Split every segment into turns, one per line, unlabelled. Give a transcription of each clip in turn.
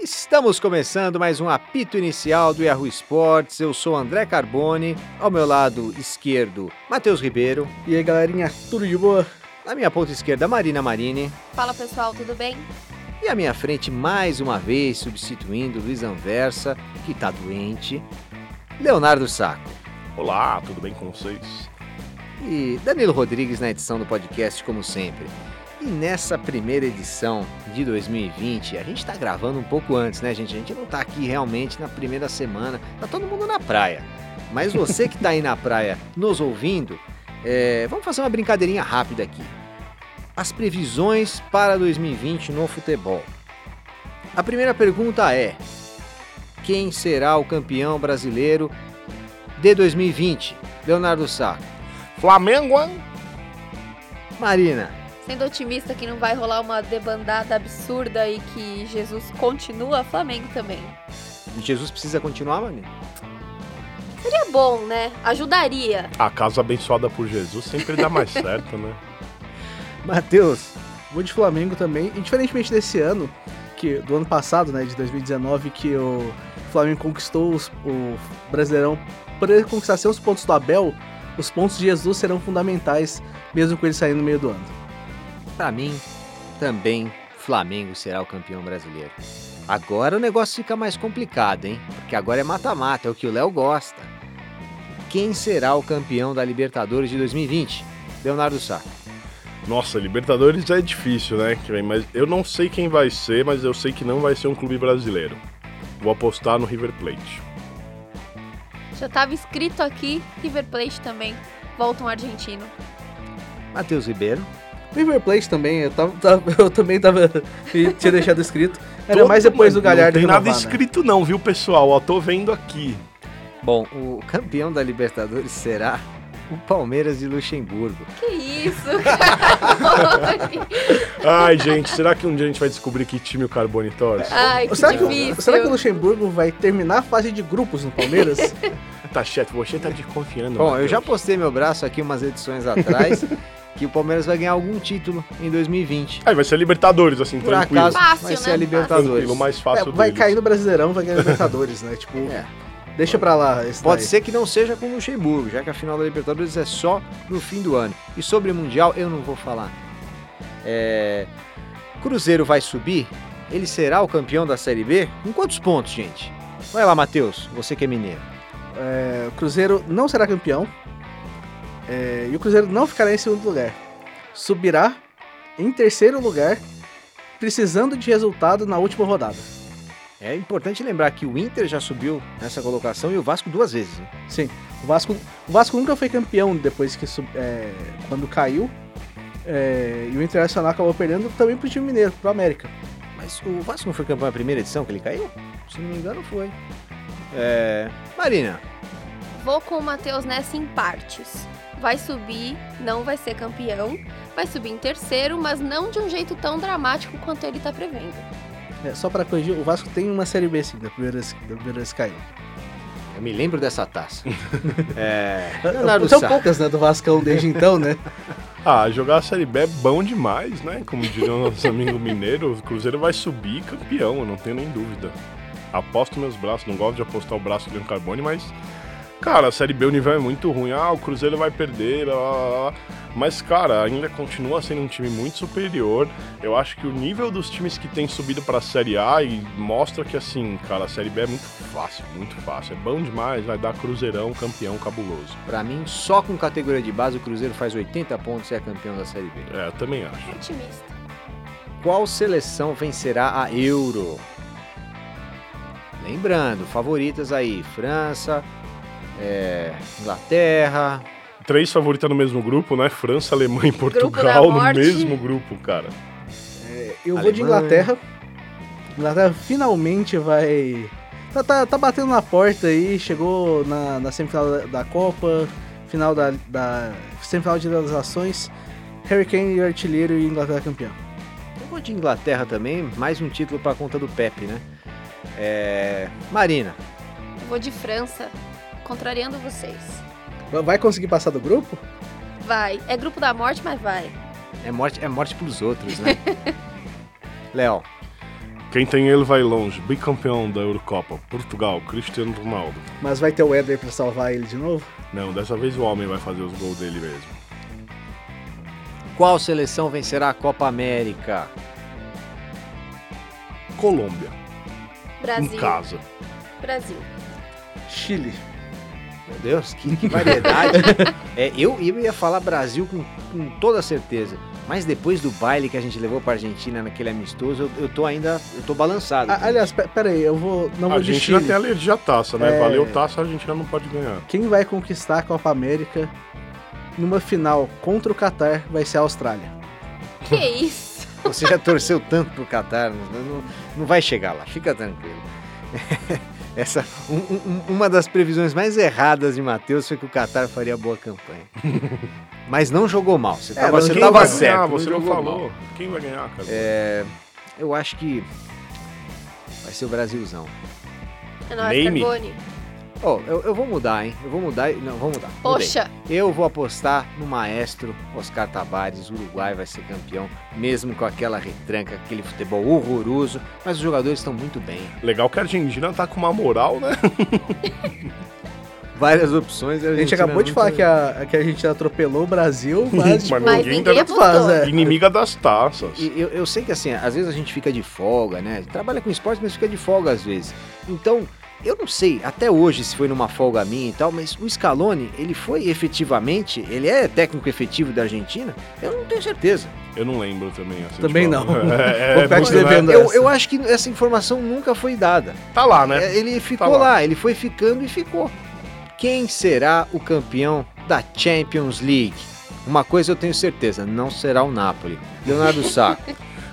Estamos começando mais um apito inicial do Yahoo Esportes. Eu sou André Carbone, ao meu lado esquerdo, Matheus Ribeiro,
E aí, galerinha, tudo de boa?
na minha ponta esquerda, Marina Marini,
Fala pessoal, tudo bem?
e à minha frente, mais uma vez, substituindo Luiz Anversa, que tá doente, Leonardo Saco
Olá, tudo bem com vocês?
e Danilo Rodrigues na edição do podcast, como sempre. E nessa primeira edição de 2020, a gente tá gravando um pouco antes, né, gente? A gente não tá aqui realmente na primeira semana, tá todo mundo na praia. Mas você que tá aí na praia nos ouvindo, é, vamos fazer uma brincadeirinha rápida aqui. As previsões para 2020 no futebol. A primeira pergunta é: quem será o campeão brasileiro de 2020? Leonardo Sá.
Flamengo, hein?
Marina,
Sendo otimista que não vai rolar uma debandada absurda e que Jesus continua Flamengo também.
Jesus precisa continuar, Marina?
Seria bom, né? Ajudaria.
a casa abençoada por Jesus sempre dá mais certo, né?
Matheus, vou de Flamengo também. E diferentemente desse ano, que do ano passado, né, de 2019, que o Flamengo conquistou os- o Brasileirão para conquistar seus pontos do Abel, os pontos de Jesus serão fundamentais, mesmo com ele saindo no meio do ano.
Pra mim, também Flamengo será o campeão brasileiro. Agora o negócio fica mais complicado, hein? Porque agora é mata-mata, é o que o Léo gosta. Quem será o campeão da Libertadores de 2020? Leonardo Sá.
Nossa, Libertadores é difícil, né? que vem, Mas eu não sei quem vai ser, mas eu sei que não vai ser um clube brasileiro. Vou apostar no River Plate.
Já tava escrito aqui, River Plate também. Volta um argentino.
Matheus Ribeiro.
River Plate também, eu, tava, tava- eu também tava, e tinha deixado escrito. Era
Todo-
mais depois do
Mano,
Galhardo
Não tem nada
renovar, né?
escrito não, viu, pessoal? Ó, tô vendo aqui.
Bom, o campeão da Libertadores será o Palmeiras de Luxemburgo.
Que isso, cara?
Ai, gente, será que um dia a gente vai descobrir que time o Carbone torce?
Ai, que
Será
É difícil.
que, será que o Luxemburgo vai terminar a fase de grupos no Palmeiras?
Tá chefe, você tá desconfiando.
Bom, eu já
Matheus.
postei meu braço aqui umas edições atrás que o Palmeiras vai ganhar algum título em 2020.
Ai, vai ser Libertadores, assim,
Por
tranquilo.
acaso,
Fácil,
vai ser
né?
a Libertadores.
Tranquilo, mais fácil
É, vai
deles.
cair no Brasileirão, vai ganhar Libertadores, né? Tipo,
É.
deixa pra lá. Esse
Pode
daí.
ser que não seja com o Luxemburgo, já que a final da Libertadores é só no fim do ano. E sobre o Mundial, eu não vou falar. É, Cruzeiro vai subir? Ele será o campeão da Série B? Com quantos pontos, gente? Vai lá, Matheus, você que é mineiro.
É, O Cruzeiro não será campeão. é, e o Cruzeiro não ficará em segundo lugar. Subirá em terceiro lugar, precisando de resultado na última rodada.
É importante lembrar que o Inter já subiu nessa colocação e o Vasco duas vezes. né?
Sim, o Vasco, o Vasco nunca foi campeão depois que sub- é, quando caiu. é, e o Internacional acabou perdendo também pro time mineiro, pro América.
Mas o Vasco não foi campeão na primeira edição que ele caiu? Se não me engano, foi. É, Marina,
Vou com o Matheus nessa em partes. Vai subir, não vai ser campeão. Vai subir em terceiro, mas não de um jeito tão dramático quanto ele tá prevendo.
É, só pra corrigir, o Vasco tem uma série B sim, da primeira vez, da primeira vez que caiu.
eu me lembro dessa taça. é, Leonardo
São
Sá.
poucas, né, do Vascão desde então, né?
Ah, jogar a Série B é bom demais, né? Como diriam nosso amigo mineiro, o Cruzeiro vai subir campeão, eu não tenho nem dúvida. Aposto meus braços, não gosto de apostar o braço do Leon Carbone, mas. Cara, a Série B o nível é muito ruim. Ah, o Cruzeiro vai perder, lá, lá, lá, lá. Mas, cara, ainda continua sendo um time muito superior. Eu acho que o nível dos times que tem subido pra Série A e mostra que, assim, cara, a Série B é muito fácil, muito fácil. É bom demais, vai dar Cruzeirão, campeão, cabuloso.
Pra mim, só com categoria de base o Cruzeiro faz 80 pontos e é campeão da Série B.
É, eu também acho.
Otimista.
Qual seleção vencerá a Euro? Lembrando, favoritas aí: França, é, Inglaterra.
Três favoritas no mesmo grupo, né? França, Alemanha e
da
Portugal no
morte.
mesmo grupo, cara.
Eu vou de
Alemanha.
Inglaterra. Inglaterra finalmente vai. Tá, tá, tá batendo na porta aí, chegou na, na semifinal da, da Copa, final da, da- semifinal de realizações. Harry Kane artilheiro e Inglaterra campeão.
Eu vou de Inglaterra também, mais um título pra conta do Pepe, né? É, Marina,
Eu Vou de França, contrariando vocês.
Vai conseguir passar do grupo?
Vai. É grupo da morte, mas vai.
é morte, é morte pros outros, né? Léo,
Quem tem ele vai longe. Bicampeão da Eurocopa, Portugal, Cristiano Ronaldo.
Mas vai ter o Éder pra salvar ele de novo?
Não, dessa vez o homem vai fazer os gols dele mesmo.
Qual seleção vencerá a Copa América?
Colômbia, em
Brasil.
casa.
Brasil.
Chile.
Meu Deus, que, que variedade. É, eu, eu ia falar Brasil com, com toda certeza. Mas depois do baile que a gente levou pra Argentina naquele amistoso, eu, eu tô ainda. Eu tô balançado.
Ah, aliás, pe- pera aí, eu vou. Não
a
vou de
Argentina
Chile.
tem alergia à taça, né?
É.
Valeu taça, a Argentina não pode ganhar.
Quem vai conquistar a Copa América numa final contra o Catar vai ser a Austrália.
Que isso?
Você já torceu tanto pro Qatar, né? não, não- não vai chegar lá, fica tranquilo. Essa, um- um- um- uma das previsões mais erradas de Matheus foi que o Qatar faria boa campanha. Mas não jogou mal, você
É,
estava
mas
você
quem
tava
vai
certo. não
ganhar? Você não,
jogou
falou.
mal.
Quem vai ganhar, cara?
Eu acho que vai ser o Brasilzão.
É nóis,
Name?
Carbone.
Ó, eu, eu vou mudar, hein? Eu vou mudar. e- Não, vou mudar. Mudei.
Poxa,
Eu vou apostar no maestro Oscar Tabares. O Uruguai vai ser campeão, mesmo com aquela retranca, aquele futebol horroroso. Mas os jogadores estão muito bem.
Legal que a Argentina tá com uma moral, né?
várias opções.
A gente acabou de falar que a, que a gente atropelou o Brasil, mas,
Mas
tipo,
mas
ninguém
ninguém,
deve
tanto faz,
apostou.
é.
Inimiga das taças.
E eu, eu sei que assim, às vezes a gente fica de folga, né? Trabalha com esporte, mas fica de folga às vezes. Então, eu não sei até hoje se foi numa folga minha e tal, mas o Scaloni, ele foi efetivamente, ele é técnico efetivo da Argentina? Eu não tenho certeza.
Eu não lembro também. Assim,
Também
tipo,
não.
É, é,
Vou ficar
muito,
te devendo.
né?
Eu, eu acho que essa informação nunca foi dada.
Tá lá, né?
É, Ele ficou
lá.
lá. ele foi ficando e ficou. Quem será o campeão da Champions League? Uma coisa eu tenho certeza, não será o Napoli. Leonardo Sá,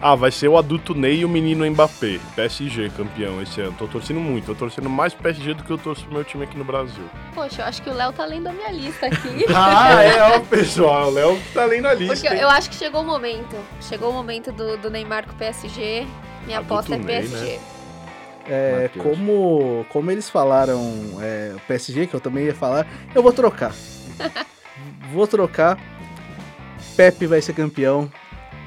Ah, vai ser o adulto Ney e o menino Mbappé. PSG campeão esse ano. Tô torcendo muito. Tô torcendo mais PSG do que eu torço pro meu time aqui no Brasil.
Poxa, eu acho que o Léo tá lendo a minha lista aqui.
Ah, é, ó, pessoal. O Léo tá lendo a
Porque
lista.
eu,
hein?
eu acho que chegou o momento. Chegou o momento do, do Neymar com o PSG. Minha
Adulto
aposta é
Ney,
PSG.
é,
Mateus.
como, como eles falaram é, o PSG, que eu também ia falar, eu vou trocar. vou trocar. Pepe vai ser campeão.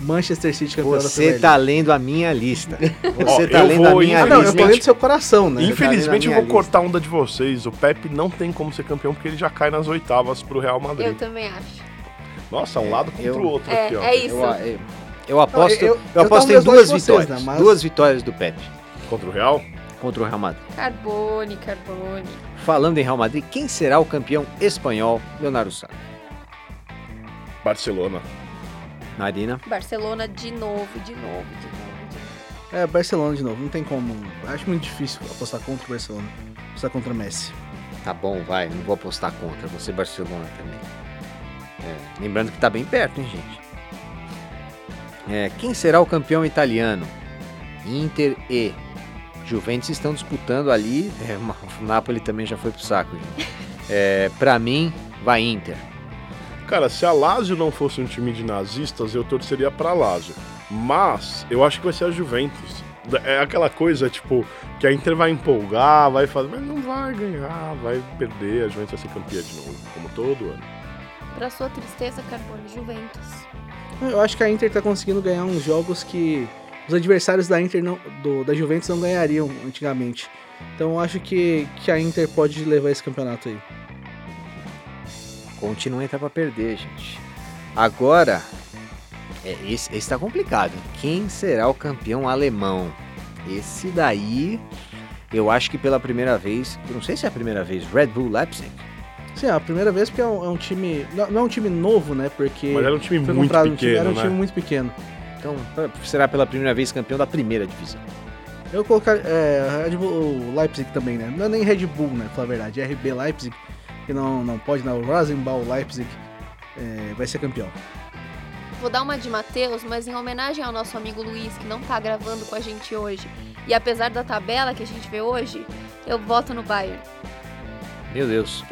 Manchester City campeão da
Você
Premier
tá lendo a minha lista.
Ó,
Você tá
eu
lendo
vou,
a
hein?
minha
League. Ah, não, eu tô
lista.
lendo seu coração, né?
Infelizmente eu
na
vou
minha
cortar onda de vocês. O Pepe não tem como ser campeão porque ele já cai nas oitavas pro Real
Eu
Madrid.
também acho.
Nossa, um
É,
lado contra
eu-
o outro
É,
aqui, ó.
é isso.
Eu, eu- eu aposto,
Não, eu-
eu,
eu
aposto
tava
em
nos dois
duas
de vocês,
vitórias.
né, mas-
Duas vitórias do Pepe
Contra o Real?
contra o Real Madrid.
Carbone, Carbone.
Falando em Real Madrid, quem será o campeão espanhol? Leonardo Sá.
Barcelona.
Marina,
Barcelona de novo, de novo, de novo. de novo.
É, Barcelona de novo, não tem como. Acho muito difícil apostar contra o Barcelona. Apostar contra o Messi.
tá bom, vai, não vou apostar contra. Você Barcelona também. É, lembrando que tá bem perto, hein, gente. É, quem será o campeão italiano? Inter e Juventus estão disputando ali. É, uma- o Napoli também já foi pro saco, gente. É, pra mim, vai Inter.
Cara, se a Lazio não fosse um time de nazistas, eu torceria pra Lazio. Mas eu acho que vai ser a Juventus. É aquela coisa, tipo, que a Inter vai empolgar, vai fazer, mas não vai ganhar, vai perder, a Juventus vai ser campeã de novo, como todo ano.
Pra sua tristeza, Carbone, Juventus.
Eu acho que a Inter tá conseguindo ganhar uns jogos que os adversários da Inter não, do- da Juventus não ganhariam antigamente. Então eu acho que, que a Inter pode levar esse campeonato aí.
Conte não entra é pra perder, gente. Agora, é, esse, esse tá complicado. hein? Quem será o campeão alemão? Esse daí, eu acho que pela primeira vez, eu não sei se é a primeira vez, Red Bull Leipzig.
Sim, é a primeira vez porque é um, é um time. Não, não é um time novo, né? Porque
Mas era um time
foi
muito
comprado um time, era
pequeno,
um time
né?
muito pequeno.
Então, pra- será pela primeira vez campeão da primeira divisão.
Eu colocar é, Red Bull o Leipzig também, né? Não é nem Red Bull, né? Falar a verdade. É RB Leipzig, que não, não pode, não. O Rasenball Leipzig é, vai ser campeão.
Vou dar uma de Matheus, mas em homenagem ao nosso amigo Luiz, que não tá gravando com a gente hoje. E apesar da tabela que a gente vê hoje, eu voto no Bayern.
Meu Deus.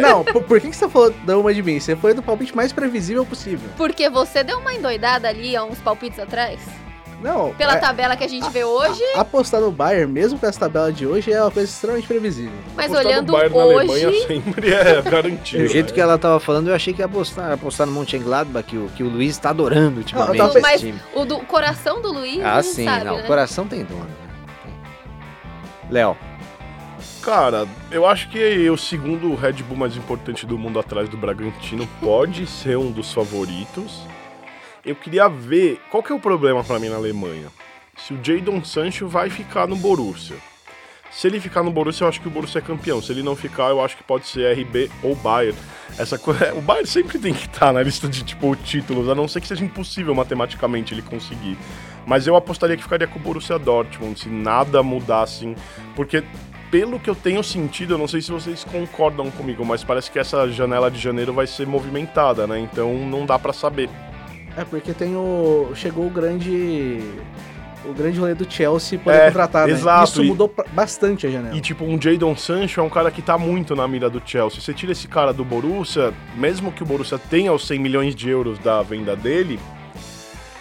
Não, por, por que, que você tá falando da uma de mim? Você foi do palpite mais previsível possível.
Porque você deu uma endoidada ali há uns palpites atrás.
Não,
Pela
é-
tabela que a gente
Ah,
vê hoje,
a- apostar no Bayern, mesmo com essa tabela de hoje, é uma coisa extremamente previsível.
mas
Apostar no
olhando
Bayern na Alemanha
hoje.
sempre é garantido.
Do jeito
né?
que ela tava falando, eu achei que ia apostar, apostar no Mönchengladbach, que o, que o Luiz tá adorando ultimamente
tava
esse
pensando-
time.
O do o coração do Luiz, a
Ah,
gente
sim,
sabe,
não. O
né?
coração tem dono. né? Tem. Léo,
Cara, eu acho que o segundo Red Bull mais importante do mundo atrás do Bragantino pode ser um dos favoritos. Eu queria ver qual que é o problema pra mim na Alemanha. Se o Jadon Sancho vai ficar no Borussia. Se ele ficar no Borussia, eu acho que o Borussia é campeão. Se ele não ficar, eu acho que pode ser RB ou Bayern. Essa co... O Bayern sempre tem que estar na lista de tipo títulos, a não ser que seja impossível matematicamente ele conseguir. Mas eu apostaria que ficaria com o Borussia Dortmund se nada mudasse, em- porque pelo que eu tenho sentido, eu não sei se vocês concordam comigo, mas parece que essa janela de janeiro vai ser movimentada, né? Então não dá pra saber.
É porque tem o. Chegou o grande. O grande rolê do Chelsea poder
É,
contratar, né?
exato,
Isso
e-
mudou pra- bastante a janela.
E tipo, um Jadon Sancho é um cara que tá muito na mira do Chelsea. Você tira esse cara do Borussia, mesmo que o Borussia tenha os 100 milhões de euros da venda dele,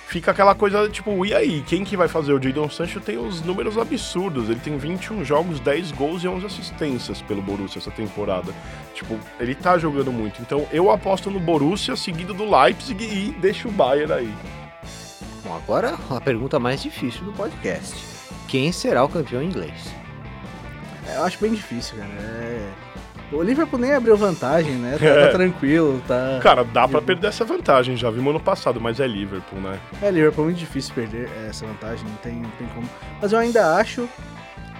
fica aquela coisa tipo, e aí, quem que vai fazer? O Jadon Sancho tem os números absurdos. Ele tem 21 jogos, 10 gols e 11 assistências pelo Borussia essa temporada. Tipo, ele tá jogando muito. Então eu aposto no Borussia seguido do Leipzig e deixo o Bayern aí.
bom, agora a pergunta mais difícil do podcast. Quem será o campeão inglês?
É, Eu acho bem difícil, cara. É... O Liverpool nem abriu vantagem, né?
É.
Tá, tá tranquilo, tá.
Cara, dá pra perder essa vantagem, já vimos ano passado, mas é Liverpool, né?
É, Liverpool é muito difícil perder essa vantagem, não tem, não tem como. Mas eu ainda acho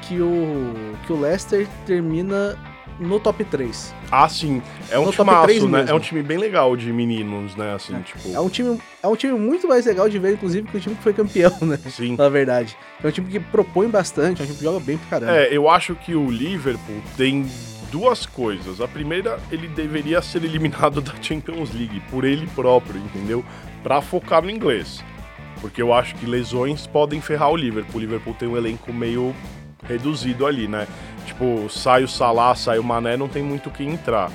que o, que o Leicester termina no top 3.
Ah, sim. É um
No
time
top
timaço,
três
né?
mesmo.
É um time bem legal de meninos, né? Assim, tipo.
É um, time, é um time muito mais legal de ver, inclusive, que o time que foi campeão, né?
Sim.
Na verdade. É um time que propõe bastante, é um time que joga bem pra caramba.
É, eu acho que o Liverpool tem duas coisas. A primeira, ele deveria ser eliminado da Champions League por ele próprio, entendeu? Pra focar no inglês. Porque eu acho que lesões podem ferrar o Liverpool. O Liverpool tem um elenco meio reduzido ali, né? Tipo, sai o Salah, sai o Mané, não tem muito quem entrar.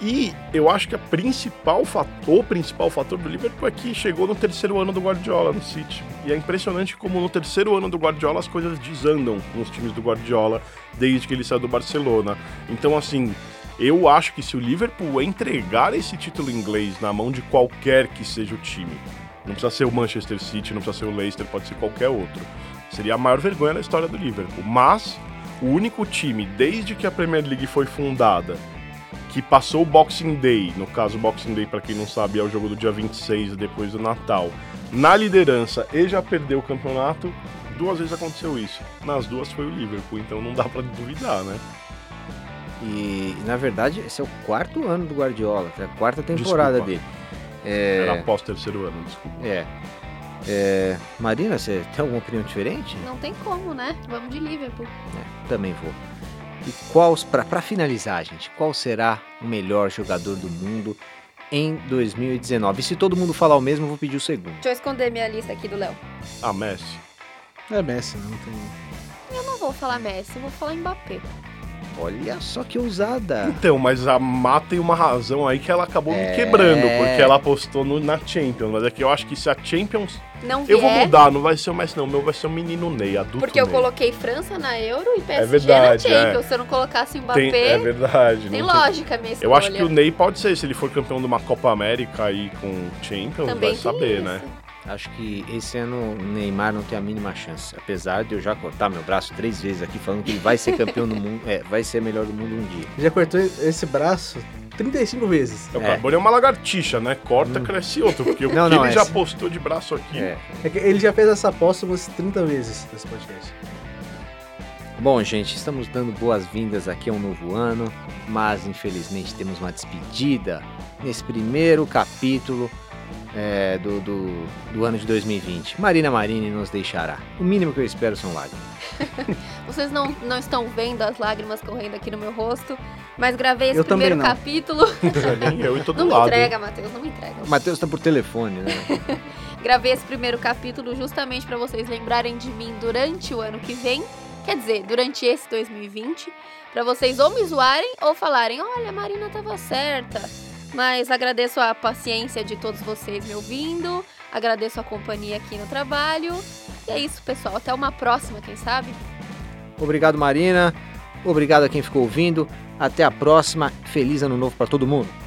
E eu acho que a principal fator, o principal fator do Liverpool é que chegou no terceiro ano do Guardiola no City. E é impressionante como no terceiro ano do Guardiola as coisas desandam nos times do Guardiola desde que ele saiu do Barcelona. Então, assim, eu acho que se o Liverpool entregar esse título inglês na mão de qualquer que seja o time, não precisa ser o Manchester City, não precisa ser o Leicester, pode ser qualquer outro. Seria a maior vergonha da história do Liverpool. Mas o único time, desde que a Premier League foi fundada, que passou o Boxing Day, no caso, o Boxing Day, para quem não sabe, é o jogo do dia 26, depois do Natal, na liderança e já perdeu o campeonato, duas vezes aconteceu isso. Nas duas foi o Liverpool, então não dá para duvidar, né?
E, na verdade, esse é o quarto ano do Guardiola, é a quarta temporada
Desculpa.
dele.
Era após o terceiro ano, desculpa.
É. É, Marina, você tem alguma opinião diferente?
Não tem como, né? Vamos de Liverpool.
Também vou. E qual, pra, pra finalizar, gente, qual será o melhor jogador do mundo em 2019? E se todo mundo falar o mesmo, eu vou pedir o segundo.
Deixa eu esconder minha lista aqui do Léo.
Ah, Messi.
É, Messi, não tem.
Eu não vou falar Messi, eu vou falar Mbappé.
Olha só que ousada.
Então, mas a Má tem uma razão aí que ela acabou
É.
me quebrando, porque ela apostou no- na Champions. Mas é que eu acho que se a Champions.
Não
Eu vou
vier,
mudar, não vai ser o Messi, não. O meu vai ser o menino Ney, adulto.
é. porque eu
Ney.
coloquei França na Euro e PSG
É verdade,
na Champions. Se eu não colocasse o Mbappé,
Tem, é
tem,
verdade. não tem-
lógica a minha escolha.
Eu acho que o Ney pode ser, se ele for campeão de uma Copa América e com Champions,
Também
vai
tem
saber,
isso.
né?
Acho que esse ano o Neymar não tem a mínima chance. Apesar de eu já cortar meu braço três vezes aqui falando que ele vai ser campeão do mundo, é, vai ser melhor do mundo um dia.
Já cortou esse braço 35 vezes.
O
É. Hum.
Carbone é uma lagartixa, né? Corta, cresce outro, porque o
Não,
que
não, é
ele já
assim.
postou de braço aqui.
É.
É que ele já fez essa aposta umas 30 vezes nesse podcast.
Bom, gente, estamos dando boas-vindas aqui a um novo ano, mas infelizmente temos uma despedida nesse primeiro capítulo é, do, do, do ano de 2020. Marina Marini nos deixará. O mínimo que eu espero são lágrimas.
Vocês não, não estão vendo as lágrimas correndo aqui no meu rosto, mas gravei esse
Eu também
primeiro
não.
capítulo.
Nem eu e todo
Não me
lado.
entrega, Matheus, não me entrega.
O Matheus está por telefone, né?
Gravei esse primeiro capítulo justamente para vocês lembrarem de mim durante o ano que vem, quer dizer, durante esse 2020, para vocês ou me zoarem ou falarem: olha, a Marina tava certa. Mas agradeço a paciência de todos vocês me ouvindo. Agradeço a companhia aqui no trabalho. E é isso, pessoal. Até uma próxima, quem sabe?
Obrigado, Marina. Obrigado a quem ficou ouvindo. Até a próxima. Feliz ano novo para todo mundo.